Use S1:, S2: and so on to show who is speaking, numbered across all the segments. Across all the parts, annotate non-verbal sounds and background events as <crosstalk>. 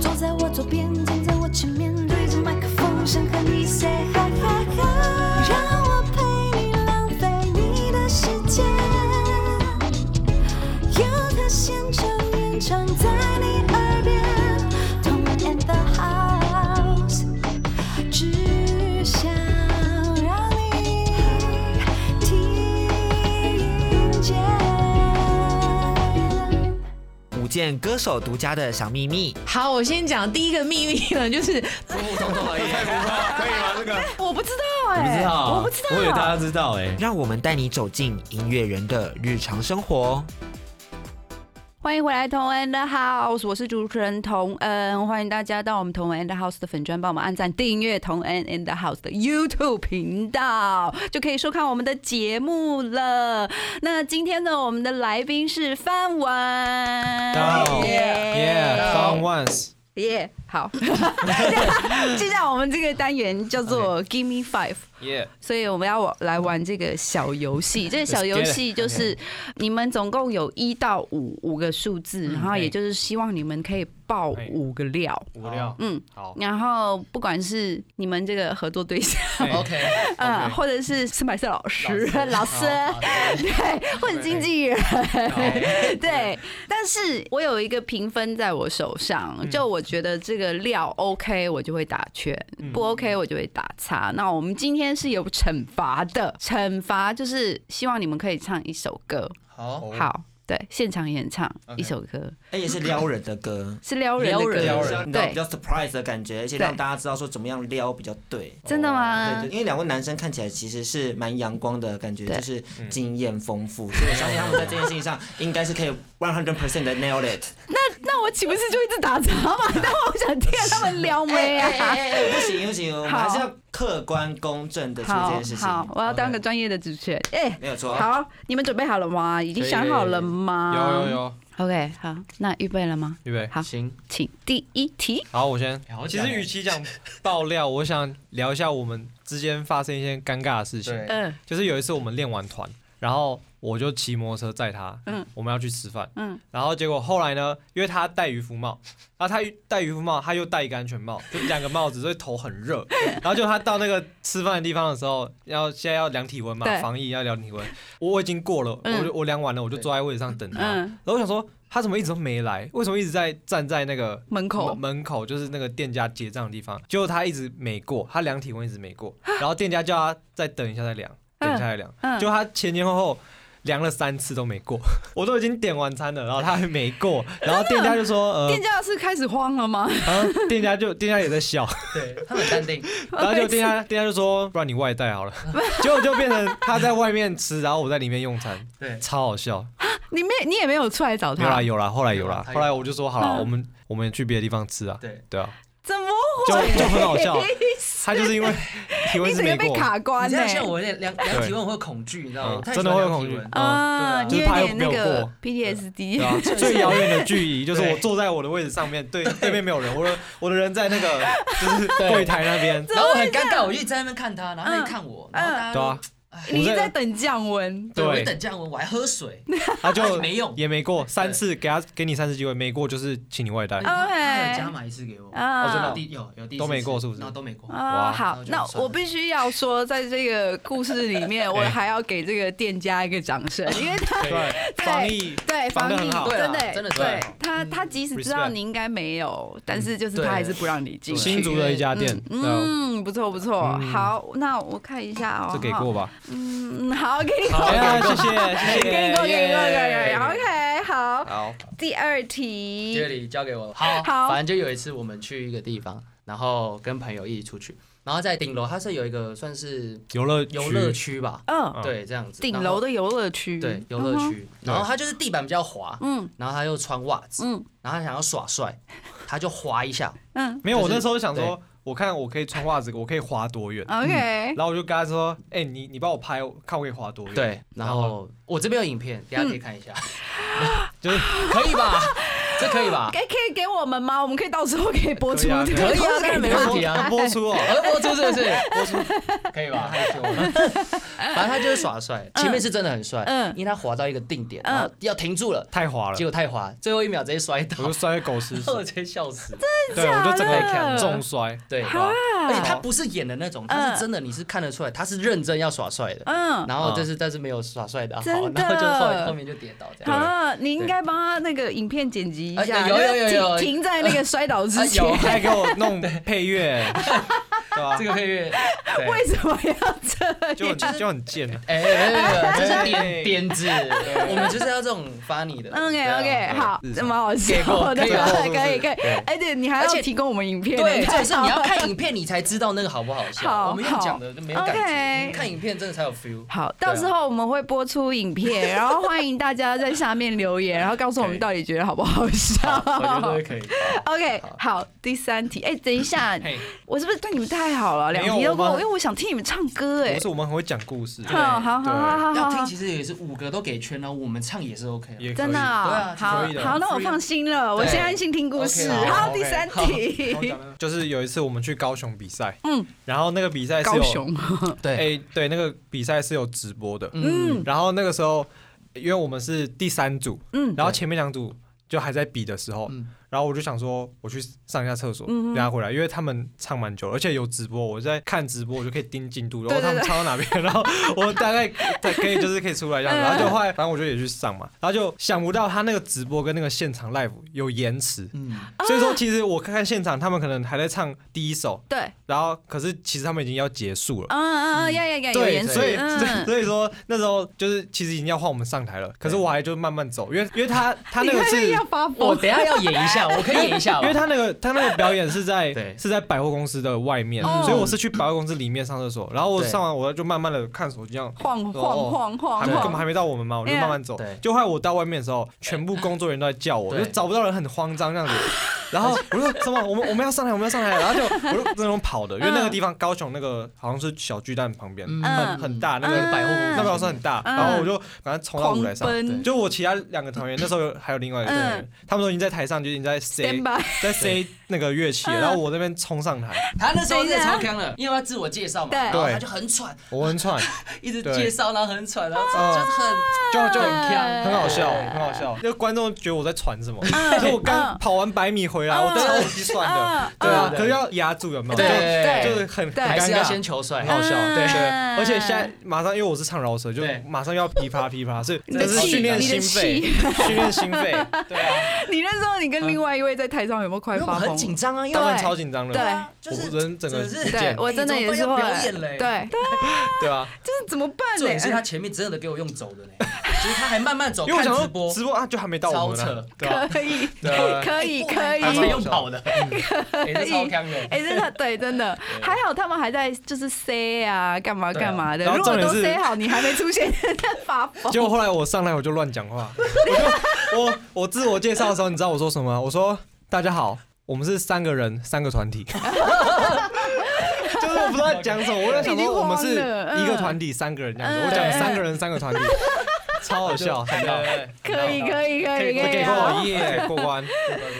S1: 坐在我左边，站在我前面，对着麦克风，想和你 say hi hi hi，让我陪你浪费你的时间。有他现场演唱在你耳边，同安 and the house，只想让你听见。
S2: 五件歌手独家的小秘密。
S3: 好，我先讲第一个秘密了，就是
S4: 普普通通
S2: 哎
S4: 而已，可以吗？这个
S3: 我不知道
S4: 你
S3: 哎、
S4: 不知道啊？
S3: 我不知道，
S4: 我以为大家知道哎。
S2: 让我们带你走进音乐人的日常生活。
S5: 欢迎回来，同恩的 house，我是主持人同恩，欢迎大家到我们同恩的 house 的粉专帮我们按赞、订阅同恩 and the house 的 YouTube 频道，就可以收看我们的节目了。那今天呢，我们的来宾是范文，
S4: 到
S5: 耶
S4: Yeah，Gone once。
S5: 耶，好， <laughs> 接下来我们这个单元叫做 Give me five。
S4: Yeah，
S5: 所以我们要来玩这个小游戏。 <laughs> 这个小游戏就是你们总共有一到五五个数字，然后也就是希望你们可以爆五个料。
S4: 五料。
S5: 嗯，
S4: 好
S5: 然后不管是你们这个合作对象，
S4: ，OK。
S5: 嗯，或者是深白色老师、哦老师，对，或者经纪人，对。但是我有一个评分在我手上，就我觉得这个料 OK，我就会打圈；不 OK，我就会打叉。那我们今天是有惩罚的，惩罚就是希望你们可以唱一首歌，
S4: 好，
S5: 好，对，现场演唱一首歌，
S2: 哎，也是撩人的歌，
S5: 是撩人的
S2: 就是
S4: 撩
S5: 歌，
S4: 人
S2: 你知道比
S5: 对
S2: 较，surprise 的感觉，而且
S5: 对
S2: 让大家知道说怎么样撩比较对。
S5: 真的吗
S2: 对，？因为两位男生看起来其实是蛮阳光的感觉，
S5: 嗯对
S2: 就是经验丰富，所以我相信他们在这件事情上应该是可以 one hundred percent 的 nail it。
S5: 那我岂不是就一直打叉 <laughs> 嘛？但我想听他们撩妹
S2: 哎
S5: 啊。
S2: 哎哎不行不行，我们还是要客观公正的做这
S5: 好
S2: 件事
S5: 好
S2: 情，，
S5: 我要当个专业的主持人。哎、
S2: 没有错。
S4: 啊
S5: 好，你们准备好了吗？已经想好了吗？
S4: 有有。有，
S5: OK，好，那预备了吗？
S4: 预备。
S5: 好
S4: 行。
S5: 请第一题。
S4: 哎好，我先。其实与其讲爆料，我想聊一下我们之间发生一些尴尬的事情。
S5: 嗯、
S4: 就是有一次我们练完团，然后我就骑摩托车载他，
S5: 嗯
S4: 我们要去吃饭，
S5: 嗯
S4: 然后结果后来呢，因为他戴渔夫帽，然后他戴渔夫帽，他又戴一个安全帽，就两个帽子，所以头很
S5: <laughs>
S4: 热。然后就他到那个吃饭的地方的时候，要现在要量体温嘛
S5: 对，
S4: 防疫要量体温，我我已经过了，
S5: 嗯
S4: 我就我量完了，我就坐在位置上等他。
S5: 嗯
S4: 然后我想说，他怎么一直都没来？为什么一直在站在那个
S5: 门口
S4: 门门口就是那个店家结账的地方，结果他一直没过，他量体温一直没过，然后店家叫他再等一下再量，等一下再量，
S5: 嗯
S4: 就他前前后后量了三次都没过， <laughs> 我都已经点完餐了，然后他还没过，然后店家就说呃
S5: 店，家是开始慌了吗？
S4: 然后店家就店家也在笑，
S6: 对他很淡定，
S4: 然后就店家店家就说不然你外带好了，结果就变成他在外面吃，然后我在里面用餐，
S6: 对
S4: 超好笑，
S5: 你没，你也没有出来找
S4: 有啦
S5: 他，
S4: 有啦，后来有啦，
S6: 他有
S4: 后来我就说好了，我们我们去别的地方吃啊，
S6: 对，
S4: 对啊，
S5: 怎么
S4: 就
S5: 会？
S4: 就很好
S5: <laughs>
S4: 笑。他就是因为体温
S5: 你
S4: 是
S5: 整
S4: 没
S5: 个
S4: 过
S5: 被，卡关欸
S6: 你这
S5: 呢、
S6: 样像我有点量量体温会有恐惧，你知道吗
S4: 嗯？
S6: 太
S4: 真的
S6: 喜欢
S4: 会有
S6: 量
S4: 恐
S6: 体
S4: 惧
S6: 温
S5: 啊，
S4: 嗯
S5: 你
S4: 对
S5: 有
S4: 啊
S5: 点那
S4: 就是怕又没有
S5: 个
S4: 过
S5: PTSD
S4: 对。
S5: <laughs>
S4: 啊，最遥远的距离就是我坐在我的位置上面，对对面没有人，我的我的人在那个就是柜台那边，
S6: 然后我很尴尬，我一直在那边看他，然
S5: 嗯
S6: 后他一直看我，然后大家
S4: 对啊，
S5: <laughs> 你一直
S4: 我
S5: 在
S4: 在
S5: 等降温，
S6: 对，我在
S4: 对，
S6: 等降温，我还喝水，
S4: 他就
S6: 没用
S4: 也没过三次，给他给你三次机会，没过就是请你外带，
S5: 啊
S6: 他有加码一次给我，
S2: 哦
S5: 啊
S6: 我真的第有有第一次
S4: 都没过是不是
S6: 然后都没过，
S5: 啊，
S4: 哇
S5: 好，那
S6: 那就算了
S5: 我必须要说，在这个故事里
S4: <laughs>
S5: 面，我
S4: 哎
S5: 还要给这个店家一个掌声，
S4: <laughs>
S5: 因为他
S4: 对，
S5: 对
S4: 防疫
S5: 对
S4: 防
S5: 防
S4: 得
S5: 疫
S4: 很好
S6: 对
S5: 真
S6: 啊
S5: 的
S6: 真的
S5: 对
S6: 对
S5: 他他即使知道
S4: Respect
S5: 你应该没有，但是就是
S6: 对
S5: 他还是不让你进去。
S4: 新竹的一家店，对，
S5: 嗯，不错不错，好，那我看一下哦，
S4: 这给过吧？
S5: 嗯，好，给你过，
S4: 好哎呀，谢谢谢
S5: 给你
S4: 谢
S5: 过，给你过，给你
S4: 耶
S5: 过，OK，好，
S4: 好，
S5: 第二
S6: 接
S5: 题，
S6: 里交给我。好，
S5: 好
S6: 反正就有一次我们去一个地方，然后跟朋友一起出去，然后在顶楼，它是有一个算是
S4: 游乐
S6: 游乐区吧，
S5: 嗯，
S6: 对，这样子。
S5: 顶
S6: 然后
S5: 楼的游乐区，
S6: 对游乐区，然后它就是地板比较滑，
S5: 嗯
S6: 然后他又穿袜子，
S5: 嗯
S6: <laughs> 然后他想要耍帅，他就滑一下，
S5: 嗯，
S4: 没有，我那时候想说，我看我可以穿袜子，我可以滑多远。
S5: OK，
S4: 然后我就跟他说：“哎、你你帮我拍，看我可以滑多远。”，
S6: 对，然
S4: 然
S6: 后哦我这边有影片，大家可以看一下， <laughs> 就是可以吧？这可以 <laughs> 吧？
S5: 哎，可以给我们吗？我们可以到时候可以播出这个，
S6: 可以啊，当然没问题
S4: 要
S6: 啊。
S4: 播出哦。
S6: 我播出是不是？播出可以吧？害羞， <laughs> 反正他就是耍帅，前面是真的很帅，
S5: 嗯
S6: 因为他滑到一个定点，
S5: 嗯
S6: 然后要停住了，
S4: 太滑了
S6: 结，果太滑，最后一秒直接摔倒
S4: 我，就摔狗
S5: <laughs>
S4: 屎
S6: 我直接笑死。
S4: 对，我就整
S6: 假的
S4: 个重摔。
S6: 对，
S4: 哇
S6: 而且他不是演的那种，他是真的，你是看得出来，他是认真要耍帅的。
S5: 嗯。
S6: 然后就是，但是没有耍帅的，好，
S5: 真
S6: 然后
S5: 的
S6: 就后来后面就跌倒这样。
S5: 啊，你应该帮他那个影片剪辑一下，
S6: 哎有有有有
S5: 停停在那个摔倒之前，
S6: 哎有
S4: 还给我弄配
S6: <laughs>
S4: 乐，对吧
S6: 这？个配乐，对
S5: 为什么要这
S4: 就很就很贱啊。
S6: 哎哎，哎这是
S4: 哎
S6: 点点子，我们就是要这种发你的。
S5: ？OK
S6: 对啊
S5: OK，好，
S4: 日
S5: 这
S4: 常
S5: 蛮好笑的，
S6: 给
S4: 给
S6: 过
S4: 过
S5: 可以
S4: 是不
S5: 可
S4: 是
S5: 以，而且你还
S6: 而
S5: 要
S6: 且
S5: 提供我们影片，
S6: 对，
S5: 太
S6: 就是
S5: 好
S6: 你要
S5: 了
S6: 看影片，你才知道那个好不好
S5: 好
S6: 笑。我们用讲的就没有感
S5: OK
S6: 觉，看影片真的才有 feel。
S5: 好，到时候我们会播出影片，然后欢迎大家在下面留言，然后告诉我们到底觉得好不 <laughs> 好笑。
S6: 我觉得可以。
S5: OK，好，第三题，哎，等一下，
S4: 嘿，
S5: 我是不是对你们太好了？
S4: 没有
S5: 两题都过，
S4: 我
S5: 因
S4: 们
S5: 为我想听你们唱歌，哎
S4: 不，是我们很会讲故事，
S5: 好好好
S4: 对
S5: 好好
S6: 要
S5: 好
S6: 听
S5: 好，
S6: 其实也是五个都给圈了，我们唱也是 OK 啊。
S4: 也可以
S5: 真的啊，
S6: 对
S5: 好
S6: 啊
S4: 可以的
S5: 好，那我放心了，我
S6: 对
S5: 先安心听故事。
S6: OK，好
S5: 好，第三题，
S4: 就是有一次我们去高雄比赛，
S5: 嗯，
S4: 然后那个比赛是
S5: 高
S4: 有，
S5: 雄，
S4: 哎、
S6: 对，
S4: 对，那个比赛是有直播的，
S5: 嗯
S4: 然后那个时候，因为我们是第三组，
S5: 嗯
S4: 然后前面两组就还在比的时候，
S6: 嗯
S4: 然后我就想说，我去上一下厕所，
S5: 嗯
S4: 等下回来，因为他们唱蛮久，而且有直播，我在看直播，我就可以盯进度，然后
S5: 对对
S4: 他们唱到哪边， <laughs> 然后我大概再可以就是可以出来这样
S5: 嗯
S4: 子，然后就后来反正我就也去上嘛，然后就想不到他那个直播跟那个现场 live 有延迟，
S6: 嗯，
S4: 所以说其实我看看现场，他们可能还在唱第一首，
S5: 对，
S4: 然后可是其实他们已经要结束了。
S5: 嗯嗯嗯，呀呀呀，有
S4: 对，
S5: 延
S4: 所以
S5: 迟，
S4: 所以
S5: 嗯，
S4: 所以说那时候就是其实已经要换我们上台了，可是我还就慢慢走，因为因为
S5: <laughs>
S4: 他他
S5: 你
S4: 那个
S5: 看
S4: 是
S5: 要发
S6: 我
S5: 疯，
S6: 等一下要演一下，我可以演一下吧，
S4: 因为他那个他那个表演是在
S6: 对
S4: <laughs> 是在百货公司的外面，
S5: 哦
S4: 所以我是去百货公司里面上厕所，然后我
S6: 对
S4: 上完我就慢慢的看手机，这样
S5: 晃
S4: 说
S5: 晃
S4: 哦
S5: 晃晃
S4: 还没
S5: 晃
S4: 干嘛还没到我们嘛，我就
S5: 对啊
S4: 慢慢走
S6: 对。
S4: 就后来我到外面的时候，全部工作人员都在叫
S5: <laughs>
S4: 我，
S6: 对
S4: 就找不到人，很慌张这样子。然后我说什么？我们我们要上台，我们要上台，然后就我就那种跑的，因为那个地方高雄那个好像是小巨蛋旁边，
S6: 嗯
S4: 很很大那
S5: 嗯
S4: 个
S6: 百货公司
S4: 那边好像很大，
S5: 嗯
S4: 然后我就赶快冲到舞台上
S5: 狂。奔嗯
S4: 对就我其他两个团员，那时候有还有另外一个团员，他们都已经在台上就已经在
S5: stand
S4: say
S5: by，
S4: 在 say 那个乐器了，
S5: 嗯
S4: 然后我那边冲上台，
S6: 他那时候真的超强了，因为他自我介绍嘛，
S5: 对
S6: 然后他就很喘，
S4: 我很喘，
S6: 一直
S4: 对
S6: 介绍，然后很喘，然后
S4: 嗯
S6: 就是很
S4: 就就
S6: 很强，
S4: 很好笑，很好笑。那观众觉得我在传什么？
S5: 嗯
S4: 所以我刚
S5: 嗯
S4: 跑完百米回来，我都超级喘的
S5: 嗯，
S4: 对啊，
S6: 嗯
S4: 可是要压住有没有？
S6: 对
S5: 对
S4: 就就是很
S5: 对
S4: 很
S6: 还
S4: 尴
S6: 是要
S4: 尬。
S6: 先求帅
S4: 很。好笑，
S5: 嗯
S4: 对对，而且现在马上，因为我是唱饶舌，就
S6: 对
S4: 马上要噼啪噼啪，是
S5: 你
S4: 这
S5: 的
S4: 是
S5: 气
S4: 训练
S5: 你的
S4: 心肺，训练心
S5: <laughs>
S4: 肺，对啊，
S5: <laughs> 你那时候你跟另外一位在台上有没有快
S6: 因为我
S5: 发
S6: 很
S5: 疯？
S6: 紧张啊，因为
S4: 当然超紧张了，
S5: 对
S6: 啊就
S4: 我
S6: 是
S4: 人整个
S6: 只
S4: 不
S6: 是
S5: 对
S4: 见，，
S5: 我真的也是
S6: 你怎么
S5: 会
S6: 不要表演嘞
S5: 对，
S4: 对啊，
S5: 这怎么办
S6: 重点是他
S5: 呢？
S6: 前面真的给我用走的呢，就是他还慢慢走
S4: 哎因为我
S6: 哦看
S4: 想
S6: 直
S4: 说
S6: 播
S4: 直，播啊，就还没到我们呢
S6: 超扯，
S4: 对啊，
S5: <laughs> 可以，
S4: 对啊
S5: <laughs> 可以，可以
S6: 他。才用跑的，
S4: 嗯
S6: 也是超强的。
S5: <laughs> 哎，真的对，真的还好，他们还在就是 say 啊，干嘛
S6: 对啊
S5: 干嘛的。
S4: 然后
S5: 如果
S4: 重点
S5: 都
S4: 是
S5: say 好，你还没出现， <laughs> 在发疯。
S4: 结果后来我上来我就乱讲话，
S6: <laughs>
S4: 我就我我自我介绍的时候，你知道我说什么吗？我说大家好，我们是三个人，三个
S6: <laughs>
S4: 团体。就是我不知道在讲什么，我在想
S5: 已经
S4: 说我们
S5: 慌
S4: 是
S5: 了嗯
S4: 一个团体三个人这样子，
S5: 嗯
S4: 我讲三个人三个团体，超好笑，很
S6: <laughs>
S4: 好，
S5: 可以，可以，可以，可以
S4: 给
S5: 啊。
S4: 过耶过关，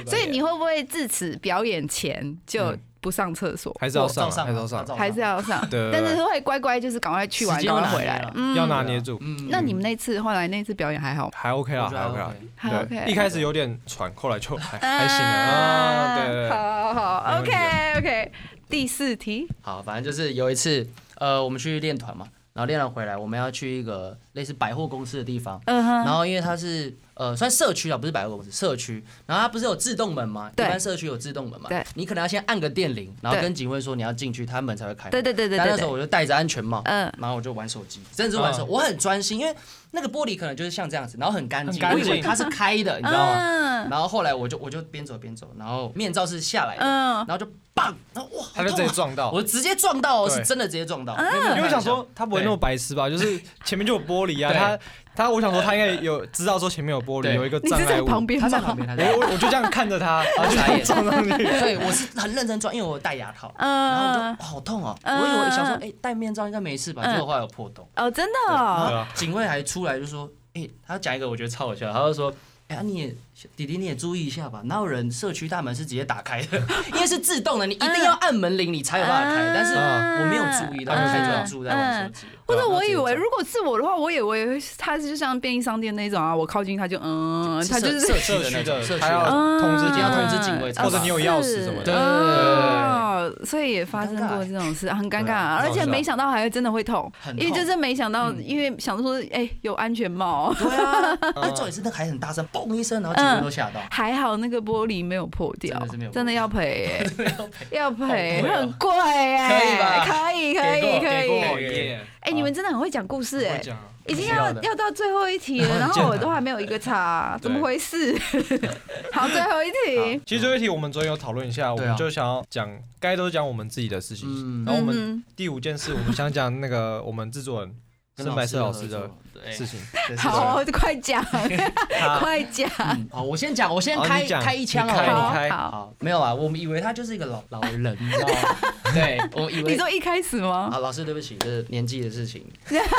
S5: 所以你会不会自此表演前就
S4: 嗯
S5: 不上厕所，
S4: 还是要上
S6: 照上
S4: 啊，还是要上
S6: 照，上嗯
S5: 还是要上？
S4: 对
S5: 但是会乖乖就是赶快去完，
S6: 时间
S5: 赶
S6: 要
S5: 快回来
S6: 拿捏啊。
S4: 要
S5: 嗯，
S4: 拿捏住，
S6: 嗯
S5: 那你们那次后来那次表演还好吗？
S4: 还 OK 啦，
S6: 我觉
S4: 还
S6: 得
S4: OK 啦
S6: OK，
S5: 还 OK
S4: 对，一开始有点喘，后来就
S5: <laughs>
S4: 还还行了啊，对对对，
S5: 好好好
S4: 没问题
S5: ，OK OK。第四题，
S6: 好，反正就是有一次，呃，我们去练团嘛，然后练了回来，我们要去一个类似百货公司的地方，
S5: 嗯哼，
S6: 然后因为它是呃算社区啊，不是百货公司，社区。然后它不是有自动门吗？一
S5: 对
S6: 般社区有自动门嘛
S5: 对，
S6: 你可能要先按个电铃，然后
S5: 对
S6: 跟警卫说你要进去，他门才会开。
S5: 对对对对
S6: 但
S5: 对
S6: 那时候
S5: 对，
S6: 我就戴着安全帽，
S5: 嗯
S6: 然后我就玩手机，真的是玩手，
S4: 嗯
S6: 我很专心，因为那个玻璃可能就是像这样子，然后很干净，
S4: 很干
S6: 我
S4: 净
S6: 以为它是开的，你知道吗？
S5: 嗯
S6: 然后后来我就我就边走边走，然后面罩是下来的，
S5: 嗯，
S6: 然后就棒，然后哇，
S4: 他就直接
S6: 好痛啊
S4: 撞到，
S6: 我直接撞到哦，
S4: 对
S5: 啊
S6: 是真的直接撞到，
S4: 因
S6: 因
S4: 为我想说，他不会那么白痴吧？就是前面就有玻璃啊，
S6: 对
S4: 他他我想说他应该有知道说前面有玻璃，
S6: 对
S4: 有一个
S5: 你
S4: 障
S5: 是
S4: 碍
S5: 在
S4: 物。
S5: 旁边
S6: 他在
S5: 吗
S6: 旁？边，他
S4: 我
S6: 在旁边。
S4: 我我就这样看着
S6: <laughs>
S4: 他，然后就
S6: 傻
S4: <laughs>
S6: 眼
S4: 撞上去。
S6: 对，我是很认真抓，因为我戴牙套，然后我就
S5: 嗯
S6: 哦，好痛哦。我
S5: 嗯
S6: 以为想说，哎，戴面罩应该没事吧？结果后来有破洞。
S5: 哦，真的
S4: 对
S5: 哦，
S4: 啊，
S6: 警卫还出来就说：“哎、他讲一个我觉得超好笑，他就说。”哎、啊你也弟弟，你也注意一下吧。哪有人社区大门是直接打开 <laughs> 的？因为是自动的，你一定要按门铃，你才有办法
S5: 啊
S6: 开。但是
S4: 嗯
S6: 我没有注意到，我才专注在玩手机。
S5: 或者我以为，
S6: 对啊
S5: 如果是我的话，我以为他是就像便利商店那种啊，我靠近他就嗯，他就是是
S6: 社社区的那种，
S4: 社区
S6: 社
S4: 的
S6: 区
S4: 还要
S6: 的
S5: 嗯
S4: 通知
S6: 警要通知警卫才
S4: 或者
S6: 把
S4: 你有钥匙什么
S6: 对
S4: 的。
S5: 哦，所以也发生过这种事，很尴
S6: 对
S5: 尬啊，
S4: 很
S5: 而
S4: 好笑
S5: 且没想到还会真的会痛
S6: 很，痛嗯
S5: 因为就是没想到，因为想说，哎，有安全帽，
S6: 对啊，而且重点是那个还很大声，嘣一声，然后警卫都吓到。
S5: 还好那个玻璃没有破掉
S6: 真的是没有，破
S5: 真的要
S6: <laughs>
S5: 赔，哎要赔，
S6: 好贵哦
S5: 很贵哎，
S6: 可以吧
S5: 可以可以
S6: 给过
S5: 可
S6: 给
S5: 以
S6: 过，
S4: 耶，
S5: 哎，你们真的很会讲故事哎
S4: 我。讲啊
S5: 已经
S6: 需
S5: 要
S6: 要的
S5: 要到最后一题
S6: <laughs>
S5: 了，然后我都还没有一个查，怎么回事？ <laughs> 好，最后一题，
S4: 其实这一题我们昨天有讨论一下，我
S6: 对啊
S4: 们就想要讲，该都讲我们自己的事情。
S6: 嗯
S4: 然后我们
S5: 嗯
S4: 第五件事，我们想讲那个我们制作人
S6: 跟
S4: 深白色老
S6: 合
S4: 师的
S6: 作哎对
S4: 事情。
S5: 哼
S6: 对是的
S5: 好，快
S6: <laughs>
S5: 讲， <laughs> 快讲，
S6: 嗯好，我先讲，我先
S4: 好
S6: 开
S4: 你讲
S6: 开一枪
S4: 你
S6: 啊！
S4: 开
S6: 我
S5: 好
S4: 你开
S5: 好。
S6: 好，没有啊，我们以为他就是一个老老人，你知道吗？对，我以为
S5: 你说一开始吗？
S6: 啊，老师对不起，这是年纪的事情，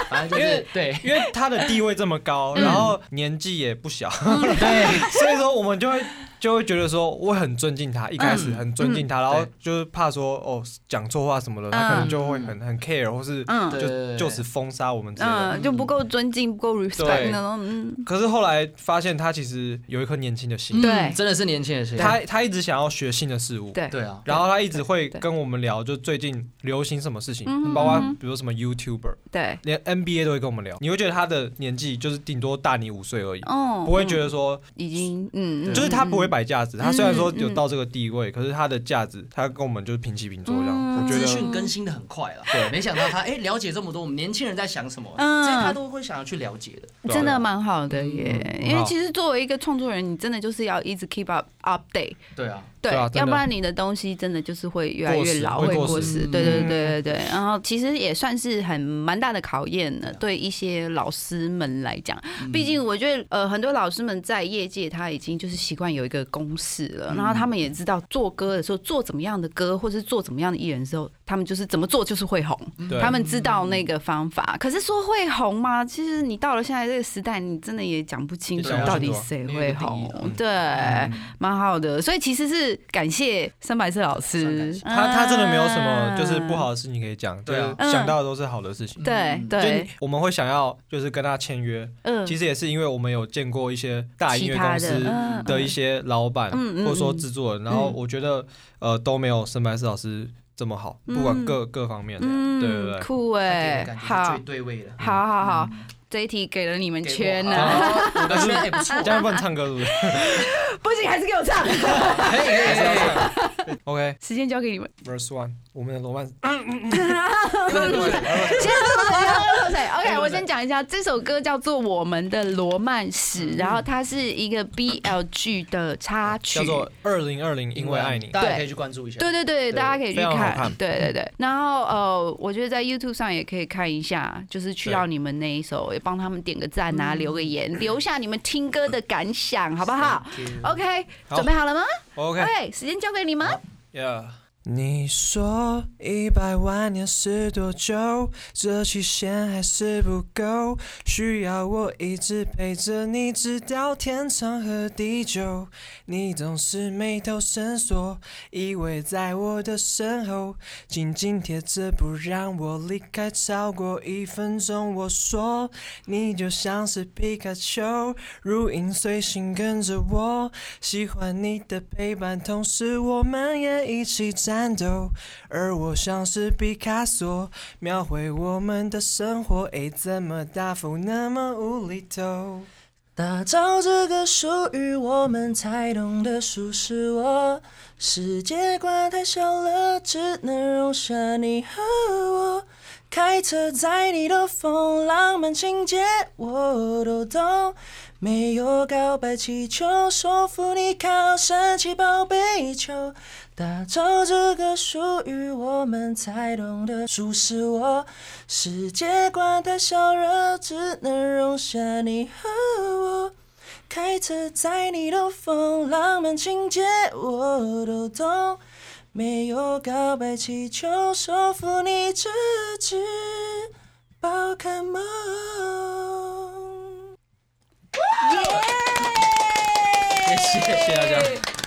S6: 反正就
S4: 因
S6: 是
S4: 为
S6: 对
S4: 因为他的地位这么高，然后年纪也不小，
S6: 嗯
S4: <laughs>
S6: 对，
S4: 所以说我们就会就会觉得说我很尊敬他，一开
S6: 嗯
S4: 始很尊敬他，然后
S6: 对
S4: 就是怕说哦讲错话什么的，他可能就会很很 care，或是
S5: 嗯
S6: 嗯对
S4: 就就此封杀我们之类啊的。
S5: 嗯，就不够尊敬，不够 respect
S4: 对
S5: 那种，嗯，
S4: 可是后来发现他其实有一颗年轻的心，
S5: 对
S6: 真的是年轻人是，
S4: 他他一直想要学新的事物，
S5: 对
S6: 嗯对啊，
S4: 然后他一直会
S5: 对
S4: 跟我们聊，就最近流行什么事情
S5: 嗯，
S4: 包括
S5: 嗯
S4: 比如说什么 YouTuber，
S5: 对，
S4: 连 NBA 都会跟我们聊。你会觉得他的年纪就是顶多大你五岁而已，
S5: 哦，
S4: 不会觉
S5: 得
S4: 得说
S5: 已经，嗯，嗯
S4: 就是他不会
S5: 嗯
S4: 摆架子，他虽然说有到这个地位，可是他的价值，他跟我们就是平起平坐这样。
S5: 嗯
S4: 我觉
S6: 资
S4: 得
S6: 讯更新的很快了，对，没想到他哎了解这么多，我们年轻人在想什么，
S5: 嗯
S6: 这他都会想要去了解的，
S4: 对啊
S5: 真的蛮好的耶，因为
S4: 嗯好
S5: 其实作为一个创作人，你真的就是要一直 keep up update，
S6: 对啊，
S5: 对
S4: 对啊，真的
S5: 要不然你的东西真的就是会越来
S4: 过
S5: 越
S4: 时
S5: 老，
S4: 会
S5: 会
S4: 过
S5: 过
S4: 时
S5: 时。
S6: 嗯
S5: 对对对对对。然后其实也算是很蛮大的考验了，对一些老师们来讲，
S4: 嗯
S5: 毕竟我觉得呃很多老师们在业界他已经就是习惯有一个公式
S4: 嗯
S5: 了，然后他们也知道做歌的时候做怎么样的歌，或是做怎么样的艺人的时候，他们就是怎么做就是会红。
S4: 对
S5: 他们知道那个方法，可是说会红吗？其实你到了现在这个时代，你真的也讲不清楚
S4: 也讲不
S5: 到
S4: 清
S5: 底
S4: 楚啊
S5: 谁
S6: 没有
S5: 会
S6: 一个定义啊
S5: 红。对，
S4: 嗯
S5: 蛮好的。所以其实是感谢三白色老师，
S6: 算
S4: 他他真的没有什
S5: 嗯
S4: 么就是不好。的事情可以讲，就
S6: 对啊
S4: 是
S5: 嗯
S4: 想到的都是好的事情。
S5: 对
S6: 嗯
S4: 就是
S5: 对，
S4: 我们会想要就是跟他签约，
S5: 嗯，
S4: 其实也是因为我们有见过一些大音
S5: 其
S4: 乐
S5: 他
S4: 公
S5: 的
S4: 司
S5: 嗯
S4: 的一
S5: 嗯
S4: 些老板
S5: 嗯嗯
S4: 或者说
S5: 嗯
S4: 制作人，然后
S5: 嗯
S4: 我觉得呃都没有深白石老师这么好，不管
S5: 嗯
S4: 各各方面的，
S5: 嗯，
S4: 对对对。嗯
S5: 酷
S6: 他给我
S5: 哎
S6: 的，感觉是
S5: 好
S6: 最，对位的，
S5: 好好好，这一题给了你们
S6: 给我
S5: 圈
S6: 好
S5: 了，
S6: 好我的圈也不错，
S4: 这样不能唱歌是不是
S5: <laughs> 不行，还是给我唱。
S6: 可以可以可以，
S5: <laughs>
S4: ？OK
S5: 时间交
S4: <laughs>
S5: 给你们，
S4: verse one，我们的罗曼
S5: <laughs>
S4: 史
S5: 先喝口水，先喝口水。OK，我先讲一下，这首歌叫做《我们的罗曼
S4: 嗯
S5: 史》，然后它是一个 BL 剧的插曲
S4: 叫。
S5: <laughs>
S4: 做二零二零，因为爱
S5: 嗯
S4: 你。
S6: 大家也可以去关注一下，
S5: 对对对，大家可以去
S4: 非常好看
S5: 对对对。然后呃，我觉得在 YouTube 上也可以看一下，就是去到你们那一首，也帮他们点个赞啊，留个言，留下你们听歌的感想，好不好
S6: Thank you
S5: ？OK，
S4: 好
S5: 准备好了吗
S4: OK，
S5: ？OK，时间交给你们。
S4: 你说一百万年是多久？这期限还是不够，需要我一直陪着你，直到天长和地久。你总是眉头深锁，依偎在我的身后，紧紧贴着不让我离开超过一分钟。我说，你就像是皮卡丘，如影随形跟着我，喜欢你的陪伴，同时我们也一起战斗。而我像是毕卡索，描绘我们的生活，诶，怎么大幅那么无厘头？
S6: 打造这个属于我们才懂的舒适我，世界观太小了，只能容下你和我。开车载你兜风，浪漫情节我都懂，没有告白气球，手扶你靠山起宝贝球，打造这个属于我们才懂的属实我。世界观太小了，只能容下你和我。开车载你兜风，浪漫情节我都懂。没有告白气球，说服你这只宝可梦。谢谢大家，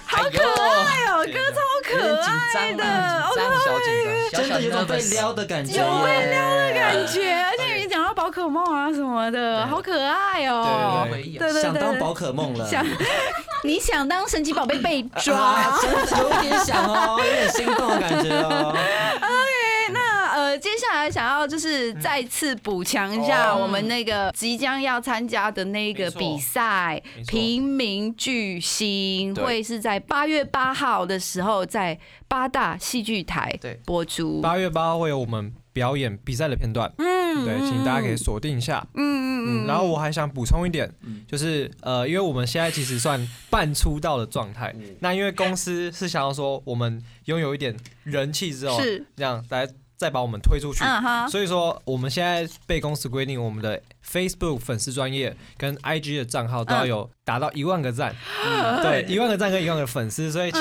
S6: 好可爱
S5: 哦歌超可爱
S6: 紧
S5: 的哦
S6: 张啊，紧张，小紧张，
S2: 真
S6: 小
S2: 的有
S6: 小
S2: 种被
S6: nervous
S2: 撩的感觉，
S6: 有被
S2: 撩的
S5: 感觉，而且你讲到宝可梦啊什么的，好可爱哦、
S6: 回忆啊
S5: 对对对，
S2: 想当宝
S5: 可
S2: 可梦了，
S5: 想， <laughs> 你想当神奇宝贝被抓
S2: 啊，？ <laughs> 真的有点想哦，有点心动的感觉哦。
S5: 那呃，接下来想要就是再次补强一下我们那个即将要参加的那个比赛
S4: 没
S5: 《
S4: 错
S5: 平民巨星》
S6: 对
S5: 会是在八月八号的时候在八大戏剧台
S6: 对
S5: 播出。
S4: 八月八号会有我们表演比赛的片段，
S5: 嗯
S4: 对，请大家可以锁定一下。嗯嗯嗯。然后我还想补充一点，就是呃，因为我们现在其实算半出道的状态，那因为公司是想要说我们拥有一点人气之后，
S5: 是
S4: 这样来再把我们推出去。
S5: 嗯哈，
S4: 所以说，我们现在被公司规定，我们的 Facebook 粉丝专业跟 IG 的账号都要
S5: 嗯
S4: 有达到一万个赞，
S5: 啊
S4: 嗯对，一万个赞跟一万个粉丝，所以请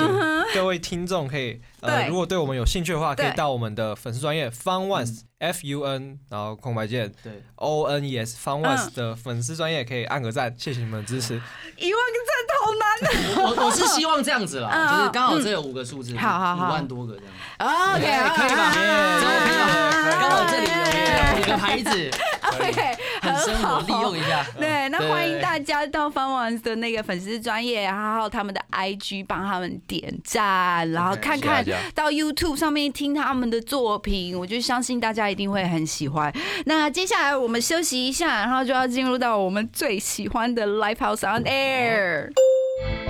S4: 各位听众可以，呃，
S5: 嗯对
S4: 如果对我们有兴趣的话，可以
S5: 对
S4: 到我们的粉丝专业 Fun
S5: 嗯
S4: Once F U N，然后空白键
S6: 对
S4: O N E S Fun
S5: 嗯
S4: Once 的粉丝专业可以按个赞，谢谢你们的支持。
S5: 一万个赞好难
S6: 我我是希望这样子啦，
S5: 嗯
S6: 就是刚好这有五个数字，
S5: 好好好
S6: 五万多个这样。
S5: OK，可以吧？
S6: 刚好这里有五个牌子，
S5: OK，
S6: 很
S5: 很
S6: 生
S5: 好
S6: 活，利用一下。
S5: <laughs> 对，那欢迎
S6: 家。
S5: 大家到 Fun Ones 的那个粉丝专业，然后他们的 IG 帮他们点赞，然后看看
S7: 谢谢大
S5: 到 YouTube 上面听他们的作品，我就相信大家一定会很喜欢。那接下来我们休息一下，然后就要进入到我们最喜欢的 Live House on Air。